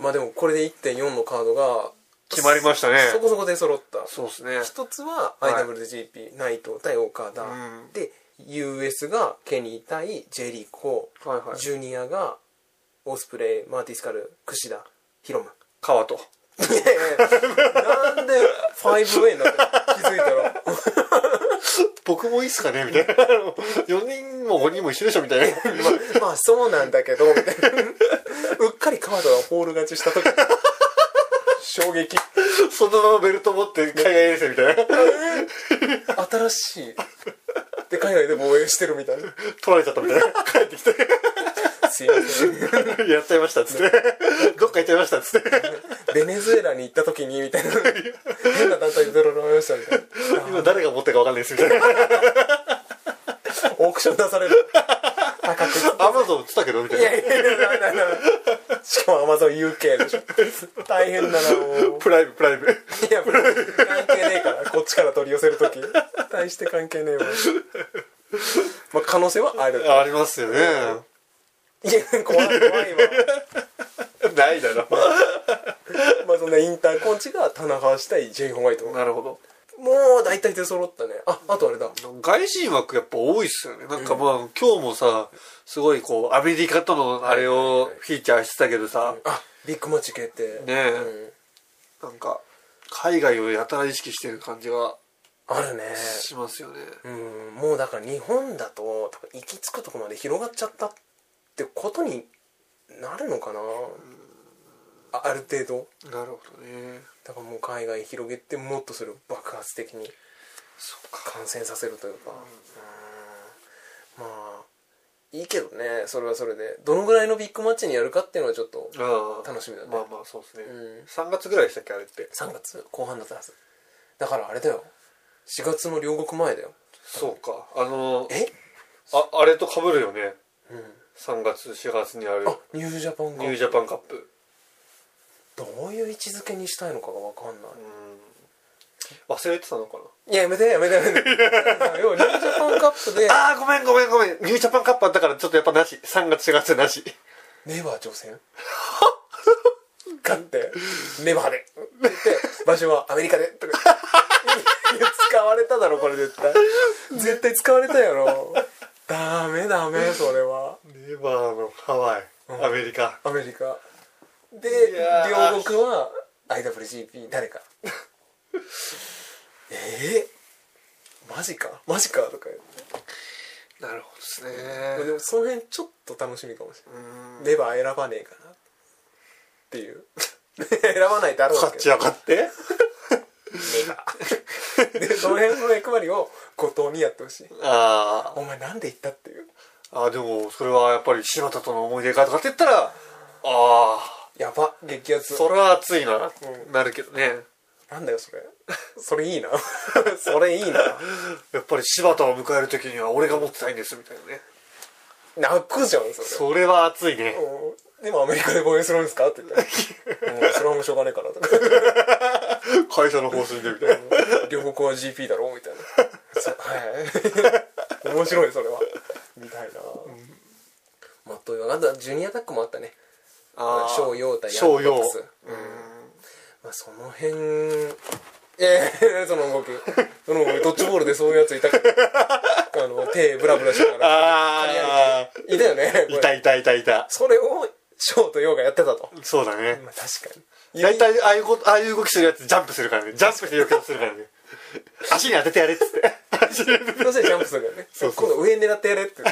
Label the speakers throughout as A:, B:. A: まあでもこれで1.4のカードが
B: 決まりましたね
A: そこそこで揃った
B: そうですね
A: 一つは
B: はい
A: IWGP、ナイト対岡田、
B: うん
A: で US がケニー対ジェリコ、
B: はいはい
A: ジュニアがオスプレイマーティスカル櫛田ヒ ロム
B: 川と
A: いやいやなんで 5A になってる気づいたら
B: 僕もいいっすかねみたいな4 人も5人も一緒でしょみたい な
A: まあそうなんだけどみたいなうっかり川田がホール勝ちした時衝撃
B: そのままベルト持って海外遠征みたいな
A: 新しいで海外でも応援してるみたいな
B: 取られちゃったみたいな帰ってきて
A: すいません
B: やっちゃいましたっつ ってどっか行っちゃいましたっ つって
A: ベネズエラに行った時にみたいな変な団体にドロロられましたみたい
B: 今誰が持ってるか分かんないですみたい な
A: なオークション出される高く
B: アマゾン売ってたけどみたい
A: い
B: な
A: やいやいやなななしかもアマゾン UK でしょ大変だなもう
B: プライムプライム
A: いや関係ねえからこっちから取り寄せる時大して関係ねえわまあ可能性はある
B: ありますよね
A: いや怖い怖いわ
B: ないだろ
A: まあそんなインターコンチが棚橋対ジェイ・ホワイトも
B: なるほど
A: う大体で揃ったねああとあれだ
B: 外人枠やっぱ多いっすよねなんかまあ、今日もさすごいこうアメリカとのあれをフィーチャーしてたけどさ、
A: あビッグマッチ決定
B: ねえ
A: うん
B: なんか海外をやたら意識してる感じが
A: あるね
B: しますよね、
A: うんもうだから日本だと多分行き着くとこまで広がっちゃったってことになるのかなあある程度
B: なるほどね
A: だからもう海外広げてもっとそれを爆発的に
B: そうか
A: 感染させるというかうんまあいいけどねそれはそれでどのぐらいのビッグマッチにやるかっていうのはちょっと
B: ああ
A: 楽しみだね
B: まあまあそうですね、
A: うん
B: 3月ぐらいでしたっけあれって
A: 3月後半だったはずだからあれだよ4月の両国前だよ
B: そうかあの
A: え
B: ああれと被るよね
A: うん
B: 3月4月にある
A: あニュージャパンが
B: ニュージャパンカップ
A: どういう位置づけにしたいのかが分かんない、
B: うん忘れてたのかない
A: ややめてやめてやめて要はニュージャパンカップで
B: ああごめんごめんごめんニュージャパンカップあったからちょっとやっぱなし3月4月なし
A: ネバー挑戦勝ってネバーでって言って場所はアメリカでとかいや使われただろこれ絶対絶対使われたやろダメダメそれは
B: ネバーのハワイ、アメリカ
A: アメリカで
B: いやー
A: 両国は IWGP 誰かえー、マジかマジかとか言って
B: なるほどですね
A: まあでもその辺ちょっと楽しみかもしれ
B: う
A: ない、
B: ん
A: レバー選ばねえかなっていう 選ばないとあるわ
B: 勝
A: け
B: ち上がって
A: でその辺の役割を後藤にやってほしい
B: あ
A: お前なんで行ったっていう
B: ああでもそれはやっぱり柴田との思い出かとかって言ったらああ
A: やば激アツ
B: それは熱いな、
A: う
B: なるけどね
A: なんだよそれそれいいな それいいな
B: やっぱり柴田を迎える時には俺が持ってたいんですみたいなね
A: 泣くじゃんそれ
B: それは熱いね
A: うんでもアメリカで防衛するんですかって言ったらうんそれはもうしょうがねえからとか
B: 会社の方針でみたいな
A: 両国は GP だろみたいなそうはい 面白いそれはみたいな、まあというわけでジュニアタックもあったね
B: あ
A: 小陽対ヤン
B: 小
A: グ
B: 陽
A: ボックスまあその辺ええ その動きその動きドッジボールでそういうやついたけど あの手ブラブラしなが
B: あ
A: らいたよね
B: あい た
A: い
B: いたいたいた
A: それを翔と陽がやってたと
B: そうだね
A: まあ確かに
B: 大体ああいうことああいう動きするやつジャンプするからねジャンプして避けするか らね足に当ててやれっつって 足に当てて
A: そしてジャンプするからね
B: そうそ
A: 今
B: う
A: 度上狙ってやれ って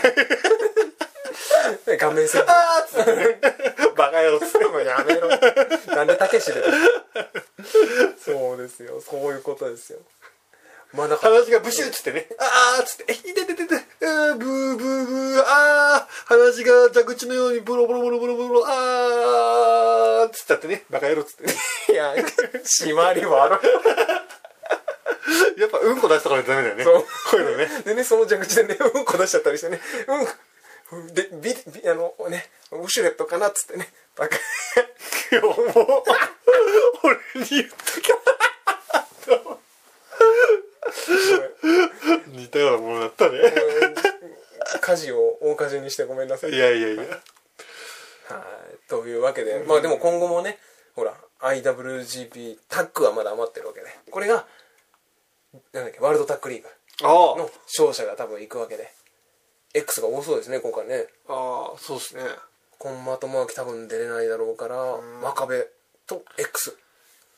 A: で顔面戦法
B: あーっつってバカ野郎っつって
A: もうや めろなんでたけしでそうですよそういうことですよまあだから
B: 話がブシューっつってねあーっつってえいててててえーブーブーブーあー話が蛇口のようにボロボロボロボロボロあーっつったってねバカ野郎っつってね
A: い や、締まり悪
B: やっぱうんこ出したからダメだよね
A: そう
B: こういうのね
A: い。でね、その蛇口でね、うんこ出しちゃったりしてね、うんこ、で、ビ、ビ、あの、ね、ウシュレットかなっつってね、バカ。
B: 今日も俺に言っ ときゃ似たようなものだったね
A: 家事を大火事にしてごめんなさい。
B: い
A: はい。
B: やいやいや
A: というわけで、まあでも今後もね、 IWGP タッグはまだ余ってるわけでこれがなんだっけワールドタッグリーグ
B: あ
A: の勝者が多分行くわけで X が多そうですね今回ね
B: あああそうですね
A: コンマ智明多分出れないだろうから真壁と X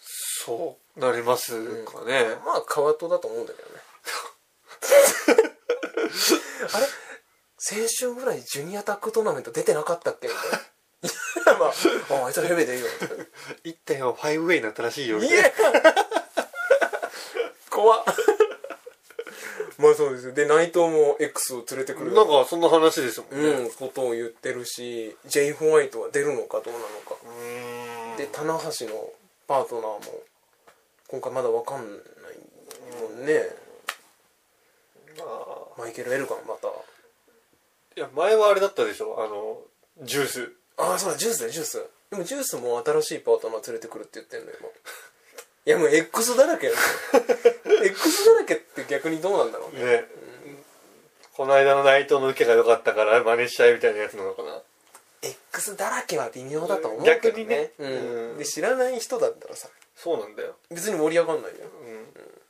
B: そうなりますかね、
A: まあ川戸だと思うんだけどね あれ先週ぐらいジュニアタッグトーナメント出てなかったっけみたいな まあああいつらヘビでいいよ
B: 1.4ファイブウェイになったらしいよ
A: いえ怖っまあそうですよで内藤も X を連れてくる
B: なんかそんな話ですもんね
A: うん、ことを言ってるしジェイ・ホワイトは出るのかどうなのか
B: うーん
A: で棚橋のパートナーも今回まだ分かんないもんね
B: まあ
A: マイケル・エルガンまた
B: いや前はあれだったでしょあのジュース
A: ああそうだジュースだジュースでもジュースも新しいパートナー連れてくるって言ってんのよ今 いやもう X だらけやん X だらけって逆にどうなんだろうね
B: ね、この間の内藤の受けが良かったから真似しちゃえみたいなやつなのかな
A: X だらけは微妙だと思うけどね
B: 逆にね
A: うん
B: うん
A: で知らない人だったらさ
B: そうなんだよ、
A: 別に盛り上がんないじゃん
B: うん、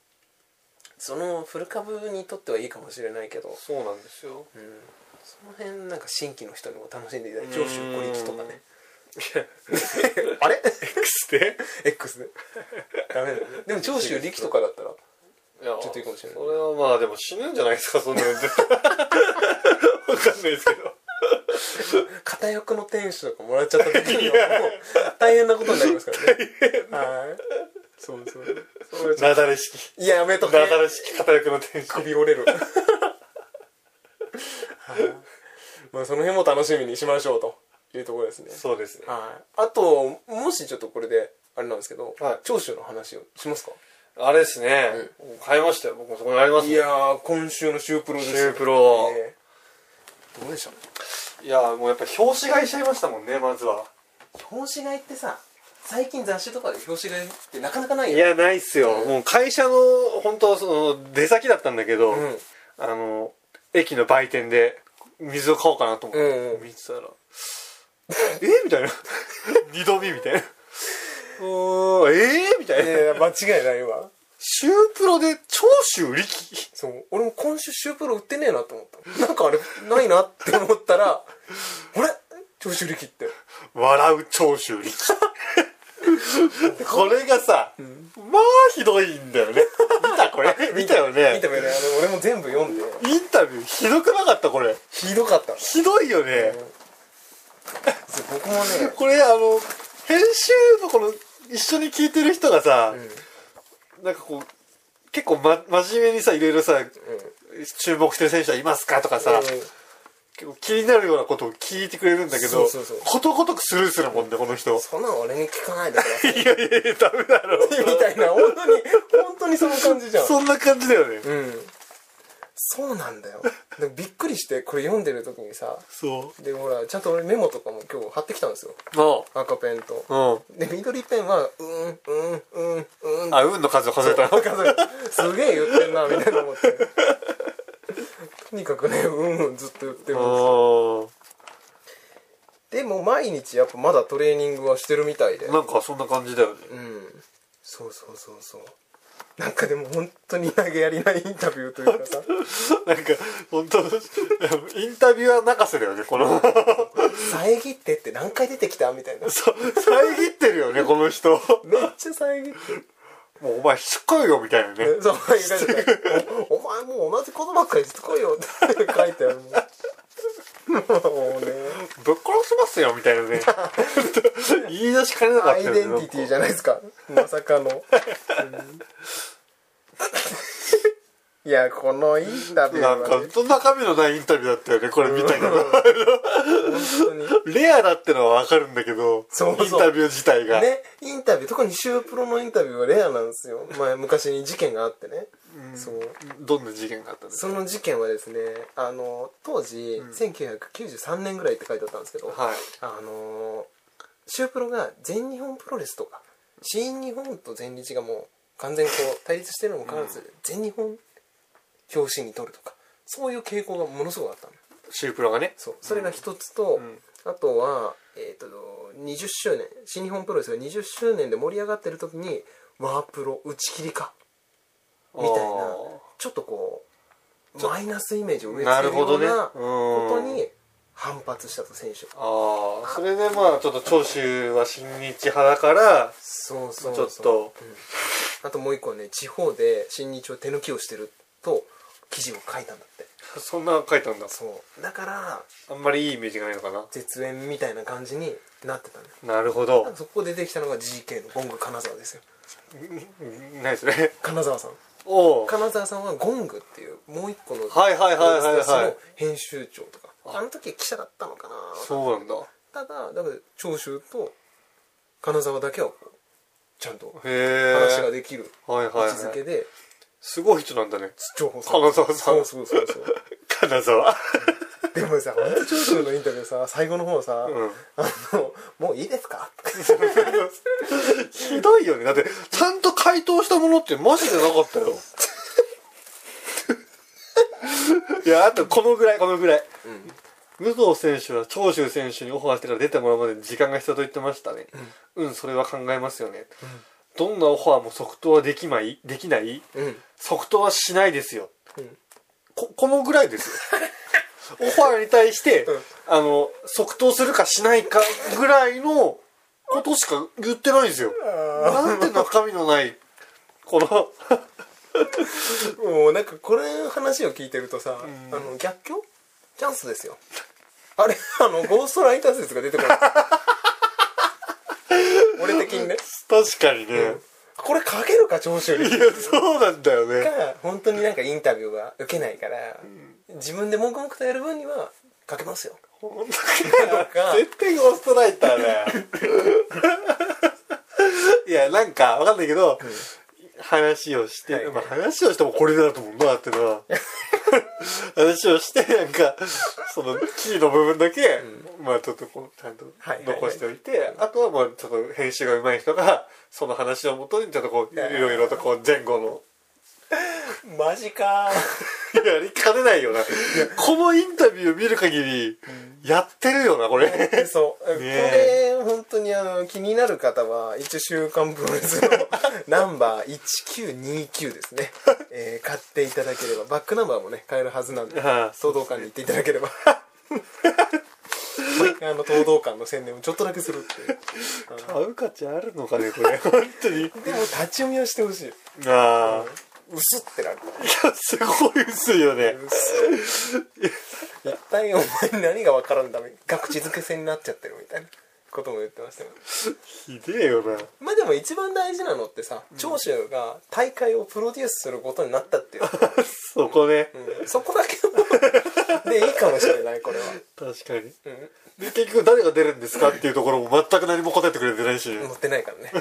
A: その古株にとってはいいかもしれないけど、
B: そうなんですよ
A: うん、その辺なんか新規の人にも楽しんでいただいて長州小力とかね あれ
B: X で
A: X でダメだねでも長州力とかだったら
B: いや
A: ちょっといいかもしれない
B: それはまあでも死ぬんじゃないですかそんなの 絶対わかんないですけど
A: 片役の店主とかもらっちゃった時にはもう大変なことになりますからねはいそうそうそれはちょ
B: なだれ式
A: いややめと
B: な
A: け
B: だれ式片役の天使
A: 首折れるはいまあその辺も楽しみにしましょうというところですね
B: そうですね
A: はいあともしちょっとこれであれなんですけど、
B: はい
A: 長州の話をしますか
B: あれですね、買いましたよ僕もそこにあります
A: い
B: ね
A: やー今週のシュープロですよ
B: シュープロ
A: ねどうでした
B: いやもうやっぱ表紙買いしちゃいましたもんねまずは
A: 表紙買いってさ最近雑誌とかで表紙買いってなかなかない
B: い
A: よ
B: やないっすよ、もう会社の本当その出先だったんだけど、
A: ん
B: あの駅の売店で水を買おうかなと思って、
A: うんうん
B: 見てたら 「えみたいな 二度見み たいな「おーえー、みたいな、
A: いや間違いないわ
B: シュープロで長州力
A: そう俺も今週シュープロ売ってねえなと思ったなんかあれないなって思ったら あれ長州力って
B: 笑う長州 力これがさ、まあひどいん だよね見たこれ 見たよね
A: 見たよねあれ俺も全部読んで
B: インタビューひどくなかったこれ
A: ひどかった
B: ひどいよね、
A: そう僕もね
B: これあの編集のこの一緒に聞いてる人がさ、なんかこう結構、ま、真面目にさいろいろさ、注目してる選手はいますかとかさ、
A: うん
B: 結構気になるようなことを聞いてくれるんだけど
A: そうそうそう
B: ことごとくスルーするもんねこの人
A: そんなの俺に聞かないでください
B: いやいやいやダメだろ
A: み たいな本当に本当にその感じじゃん
B: そんな感じだよね、
A: うんそうなんだよでもびっくりしてこれ読んでる時にさ
B: そ
A: でほらちゃんと俺メモとかも今日貼ってきたんですよ
B: うあ
A: 赤ペンと
B: うん
A: で緑ペンはうんうんうんうん
B: あ運の数を数え たの
A: すげえ言ってんなみたいな思ってとにかくねうんうんずっと言ってるんですよ
B: あ
A: でも毎日やっぱまだトレーニングはしてるみたいで
B: ーなんかそんな感じだよね
A: うんそうそうそうそうなんかでも本当に投げやりないインタビューというかさ
B: なんか本当 インタビュアー泣かせだよねこの
A: 遮ってって何回出てきたみたいな
B: そ遮ってるよねこの人
A: めっちゃ遮って
B: もうお前しつこいよみたいなね
A: そうおお前もう同じことばっかりしつこいよって書いてあるもんもうね
B: ぶっ殺しますよみたいなね 言い出しかねなか
A: ア
B: った
A: イ
B: よ
A: デ
B: ね
A: ンティティじゃないですかまさかの、うんいやこのインタビュー
B: なん
A: は、
B: か
A: ね、
B: なんかほんと中身のないインタビューだったよねこれ見たけど
A: 本当に
B: レアだってのは分かるんだけど
A: そうそう
B: インタビュー自体が、
A: ね、インタビュー特にシュープロのインタビューはレアなんですよ前昔に事件があってね、そう
B: どんな事件があったんです
A: その事件はですねあの当時、1993年ぐらいって書いてあったんですけど、
B: かはい
A: あのシュープロが全日本プロレスとか新日本と全日がもう完全にこう対立してるのもかかわらず、全日本表紙に取るとかそういう傾向がものすごくあったの
B: シュープロがね
A: そうそれが一つと、
B: ん
A: あとはえっ、と20周年新日本プロレスが20周年で盛り上がってる時にワープロ打ち切りかみたいな
B: あ
A: ちょっとこうマイナスイメージを植え
B: な
A: 付
B: る
A: けるよ
B: ほど
A: う
B: ね
A: な
B: うん
A: ことに反発したと選手が
B: あーそれでまあちょっと長州は新日派だから
A: そう
B: ち
A: そ
B: ょ
A: う
B: っ
A: そう
B: と
A: あともう一個はね地方で新日を手抜きをしてると記事を書いたんだって
B: そんな書いたんだ
A: そうだから
B: あんまりいいイメージがないのかな
A: 絶縁みたいな感じになってたのよ
B: なるほど
A: そこで出てきたのが GK のゴング金沢ですよ
B: ないですね
A: 金沢さん
B: おお
A: 金沢さんはゴングっていうもう一個の
B: はいはいはいはいはい
A: その編集長とかあの時記者だったのかな
B: そうなんだ
A: ただだから長州と金沢だけはこうちゃんと
B: へえ
A: 話ができる
B: はい
A: 位置
B: はい
A: づ
B: は
A: け
B: い
A: で、
B: すごい人なんだね
A: 情報
B: 金沢さん
A: そうそうそうそう
B: 金沢
A: でも さ本当長州のインタビューさ最後の方さ、
B: うん
A: あの「もういいですか?」
B: ひどいよねだってちゃんと回答したものってマジでなかっ たよいやあとこのぐらいこのぐらい、武藤選手は長州選手にオファーしてから出てもらうまで時間が必要と言ってましたねうん、それは考えますよね、どんなオファーも即答はできまいできない
A: うん
B: 即答はしないですよ、
A: うん
B: ここのぐらいですよオファーに対して、
A: うん
B: あの即答するかしないかぐらいのことしか言ってないんですよなんで中身のないこ の
A: もうなんかこれ話を聞いてるとさ、
B: ん
A: あの逆境チャンスですよあれあのゴーストライター説が出てこ ない俺的にね
B: 確かにね、
A: これ書けるか長州に
B: いやそうなんだよね
A: が本当になんかインタビューが受けないから、自分で黙々とやる分には書けますよ
B: 本
A: なんか
B: 当 絶対ゴーストライターだよ いやなんかわかんないけど、話をして、
A: はいはい
B: まあ、話をしてもこれだと思うなっての は話をしてなんかそのキーの部分だけ、まあちょっとこうちゃんと
A: はいはいはい
B: 残しておいて、あとはまあちょっと編集が上手い人がその話をもとにちょっとこういろいろとこう前後の
A: マジか
B: やりかねないよなこのインタビューを見る限りやってるよなこれ
A: ー そう、
B: ね
A: これ本当にあの気になる方は一応「週刊プロレス」の ナンバー1929です ね、えー買っていただければバックナンバーもね買えるはずなんで
B: ああ
A: 東道館に行っていただけ ればもう一回あの東道館の宣伝をちょっとだけするっていう
B: 買う価値あるのかねこれ 本当に
A: でも立ち読みはしてほしい
B: ああ
A: 薄ってなる
B: いやすごい薄いよね
A: 一体お前何が分からんだめ学知づけせになっちゃってるみたいなことも言ってましたよ
B: ひでえよな
A: まあでも一番大事なのってさ長州が大会をプロデュースすることになった っていう、
B: そこね、
A: うんそこだけでいいかもしれないこれは、
B: 確かに
A: う
B: で結局誰が出るんですかっていうところも全く何も答えてくれてないし
A: ん、乗ってないからね、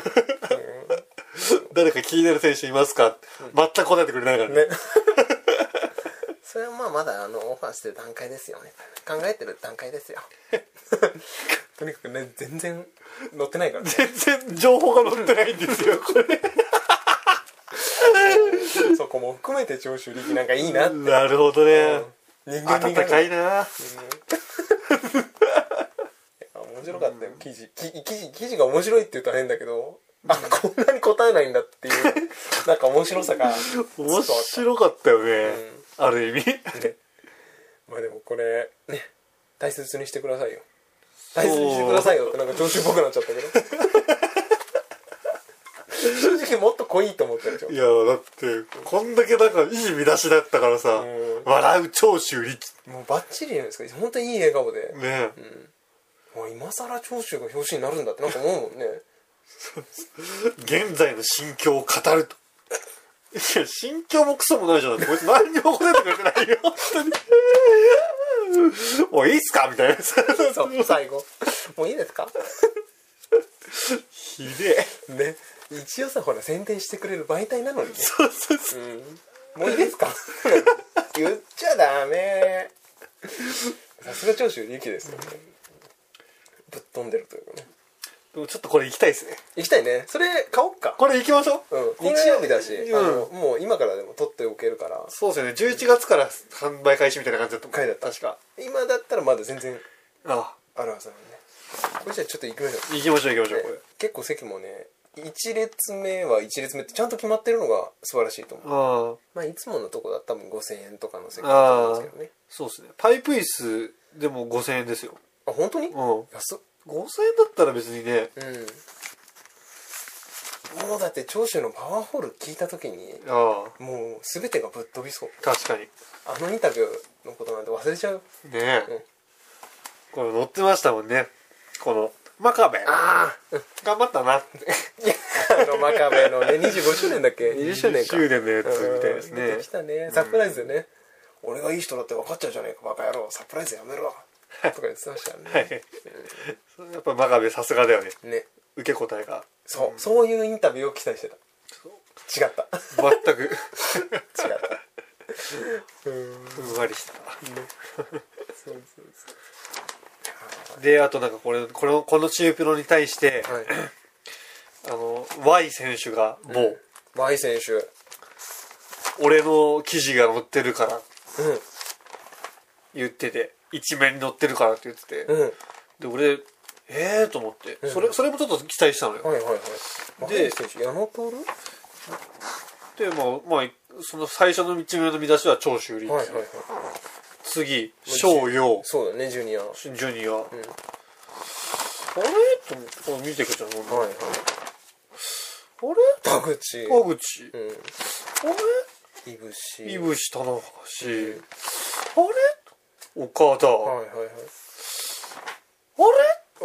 B: 誰か気になる選手いますか全く答えてくれないから
A: うん
B: ね
A: ねそれはまあまだあのオファーしてる段階ですよね考えてる段階ですよ とにかくね全然乗ってないからね
B: 全然情報が載ってないんですよこれ
A: そこも含めて長州力なんかいいなって
B: なるほどね
A: 人間味
B: 温
A: がある
B: かいな
A: あ面白かったよ記事き記事記事が面白いって言ったら変だけどあこんなに答えないんだっていう なんか面白さが
B: 面白かったよねある意味
A: ねまあでもこれね大切にしてくださいよ大切にしてくださいよってなんか調子っぽくなっちゃったけど正直もっと濃いと思ったでしょ
B: いやだってこんだけなんかいい見出しだったからさ
A: ん
B: 「笑う長州力
A: もうバッチリじゃないですか本当にいい笑顔で」、
B: ね
A: もう今更長州が表紙になるんだってなんか思うもんね
B: 現在の心境を語るといや心境もクソもないじゃないこいつ何にも答えてくれてないよ本当にもういいっすかみたいな
A: そう最後もういいですか
B: ひでえ
A: ね一応さほら宣伝してくれる媒体なのにね
B: そうそうそう
A: うんもういいです か言っちゃダメさすが長州力ですよねぶっ飛んでるというかね
B: でもちょっとこれ行きたいですね
A: 行きたいねそれ買おっか
B: これ行きましょう、
A: うん
B: これ
A: 日曜日だし、
B: うん
A: あのもう今からでも撮っておけるから
B: そうですよね11月から販売開始みたいな感じだったもん
A: 回だった
B: 確か
A: 今だったらまだ全然
B: あ
A: あるはずなのねこれじゃあちょっと行きましょう
B: 行きましょう行きましょうこれ
A: 結構席もね1列目は1列目ってちゃんと決まってるのが素晴らしいと思う
B: ああ
A: まあいつものとこだったら多分5000円とかの席だと思うんですけどね
B: そうですねパイプ椅子でも5000円ですよ
A: あ本当に
B: うん5000
A: 安っ
B: 円だったら別にね
A: うんもうだって長州のパワーホール聞いた時に
B: ああ
A: もう全てがぶっ飛びそう
B: 確かに
A: あのインタビューのことなんて忘れちゃう
B: ねえ、
A: うん
B: これ乗ってましたもんねこの真壁
A: ああ
B: 頑張ったな
A: あの真壁のね25周年だっけ20周年か
B: 周年のやつみたいです
A: うん出て
B: ね
A: きたねサプライズでね、俺がいい人だって分かっちゃうじゃねえかバカ野郎サプライズやめろとか言ってましたね、
B: はいそれやっぱ真壁さすがだよね
A: ね
B: 受け答えが
A: そう、そういうインタビューを期待してた違った
B: 全く
A: 違っ た
B: ふんわりした
A: そうそうそ
B: であとなんかこれこのこのチュープロに対して、
A: う はい
B: あの Y 選手が某、
A: マイ選手うん
B: 俺の記事が載ってるから言ってて一面に載ってるからって言ってて、
A: うん
B: で俺ええー、と思って、それそれもちょっと期待したのよ、
A: はいはいはい
B: で
A: マイ選手矢野徹
B: でまあまあその最初の一面の見出しは長州力、
A: はいはいはい
B: 次翔陽
A: そうだねジュニアは
B: ジュニア、あれと思ってこう見ていくじゃん、
A: いはい
B: あれ
A: 田口
B: 川口、
A: う
B: あ
A: んいぶし
B: れ井渕棚橋、あれ岡田、
A: はいはい
B: あ
A: はい
B: れ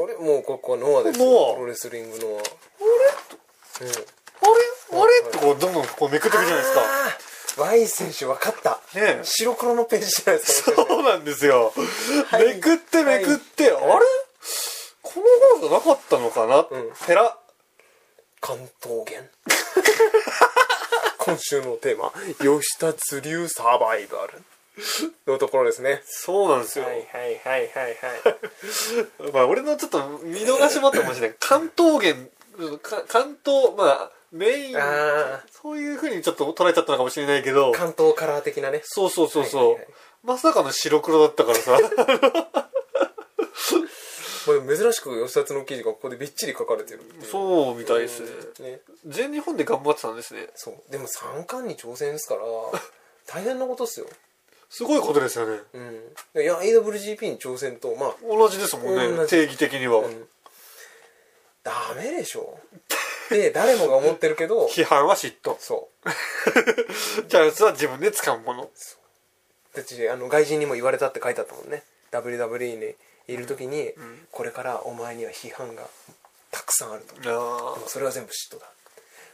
A: あれもうここはノアです
B: ノア
A: プロレスリングノアあれうん
B: あれあれってこうどんどんこうめくっていくじゃないですか
A: あーワイ選手分かった、
B: ねえ
A: 白黒のページじゃないですか
B: そうなんですよ、
A: い
B: めくってめくって、
A: はい
B: あれこの方じゃなかったのかな、
A: うん
B: ペラ
A: 関東圏今週のテーマ「吉田釣流サバイバル」のところですね
B: そうなんですよ、
A: はいはいはいはい
B: まあ俺のちょっと見逃しもあったかもし れない関東圏か関東まあメイン
A: あ
B: そういうふうにちょっと捉えちゃったのかもしれないけど
A: ー関東カラー的なね
B: そうそうそうそう、
A: はいはいはい
B: まさかの白黒だったから さ
A: これ珍しく吉田の記事がここでびっちり書かれてる
B: そうみたいですね
A: ね
B: 全日本で頑張ってたんですね
A: そうでも三冠に挑戦ですから大変なことっすよ、
B: すごいことですよね
A: うん、いや AWGP に挑戦とまあ
B: 同じですもん
A: 同
B: ね
A: じ
B: 定義的には、
A: んダメでしょで誰もが思ってるけ ど
B: 批判は嫉妬
A: そう
B: チャンスは自分で掴むもの
A: だってあの外人にも言われたって書いてあったもんね WWE にいる時に、これからお前には批判がたくさんあると
B: あ
A: それは全部嫉妬だ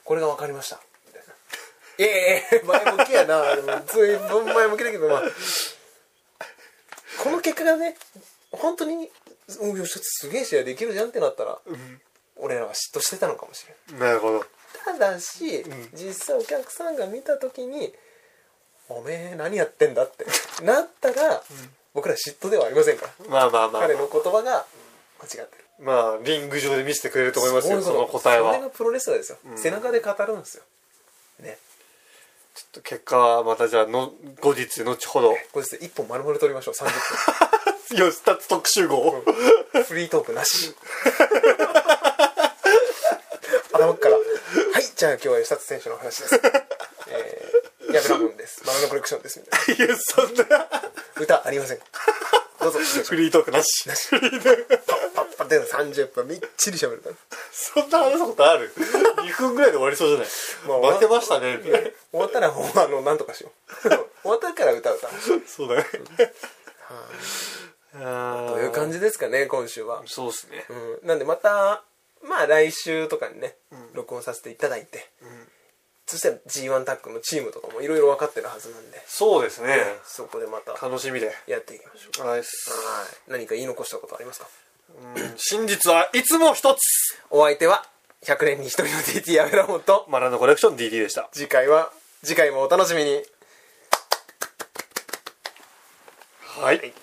A: これが分かりましたみたいないやいやいや前向きやなでもずいぶん前向きだけどまあこの結果がね本当にうん吉田すげえ試合できるじゃんってなったら、俺らは嫉妬してたのかもしれない
B: あなるほど
A: ただし、実際お客さんが見た時に「おめえ何やってんだ」ってなったら、僕ら嫉妬ではありませんから
B: まあまあまあ
A: 彼の言葉が間違ってる
B: まあリング上で見せてくれると思いますよ
A: そ
B: そう
A: いう
B: の
A: こと
B: 答え
A: それ
B: は
A: がプロレスラーですよ、背中で語るんですよね
B: ちょっと結果はまたじゃあの後日後ほど
A: これです一本丸々取りましょう30
B: 吉田特集号
A: 分フリートークなし頭っからはいじゃあ今日は吉田選手の話 ですえー、矢部ラモンですバナナコレクションですみたい
B: いやそんな
A: な歌ありませんどうぞ
B: フリートークなし
A: パッパって30分みっちり喋るから
B: そんな話したことある2分ぐらいで終わりそうじゃない、
A: まあ
B: 負けましたねみたいな
A: 終わったらもうあのなんとかしよう終わったから歌 うた
B: そうだねあ
A: という感じですかね今週は、
B: そうですね
A: うん、なんでまたまあ来週とかにね、録音させていただいて、そしたら g 1タッグのチームとかもいろいろ分かってるはずなんで
B: そうですね
A: そこでまた
B: 楽しみで
A: やっていきましょ
B: は
A: うん、は
B: い
A: い、何か言い残したことありますか
B: 真実はいつも一つ
A: お相手は100年に一人の DT やめらもんと
B: マラのコレクション DD でした
A: 次回は次回もお楽しみに
B: はい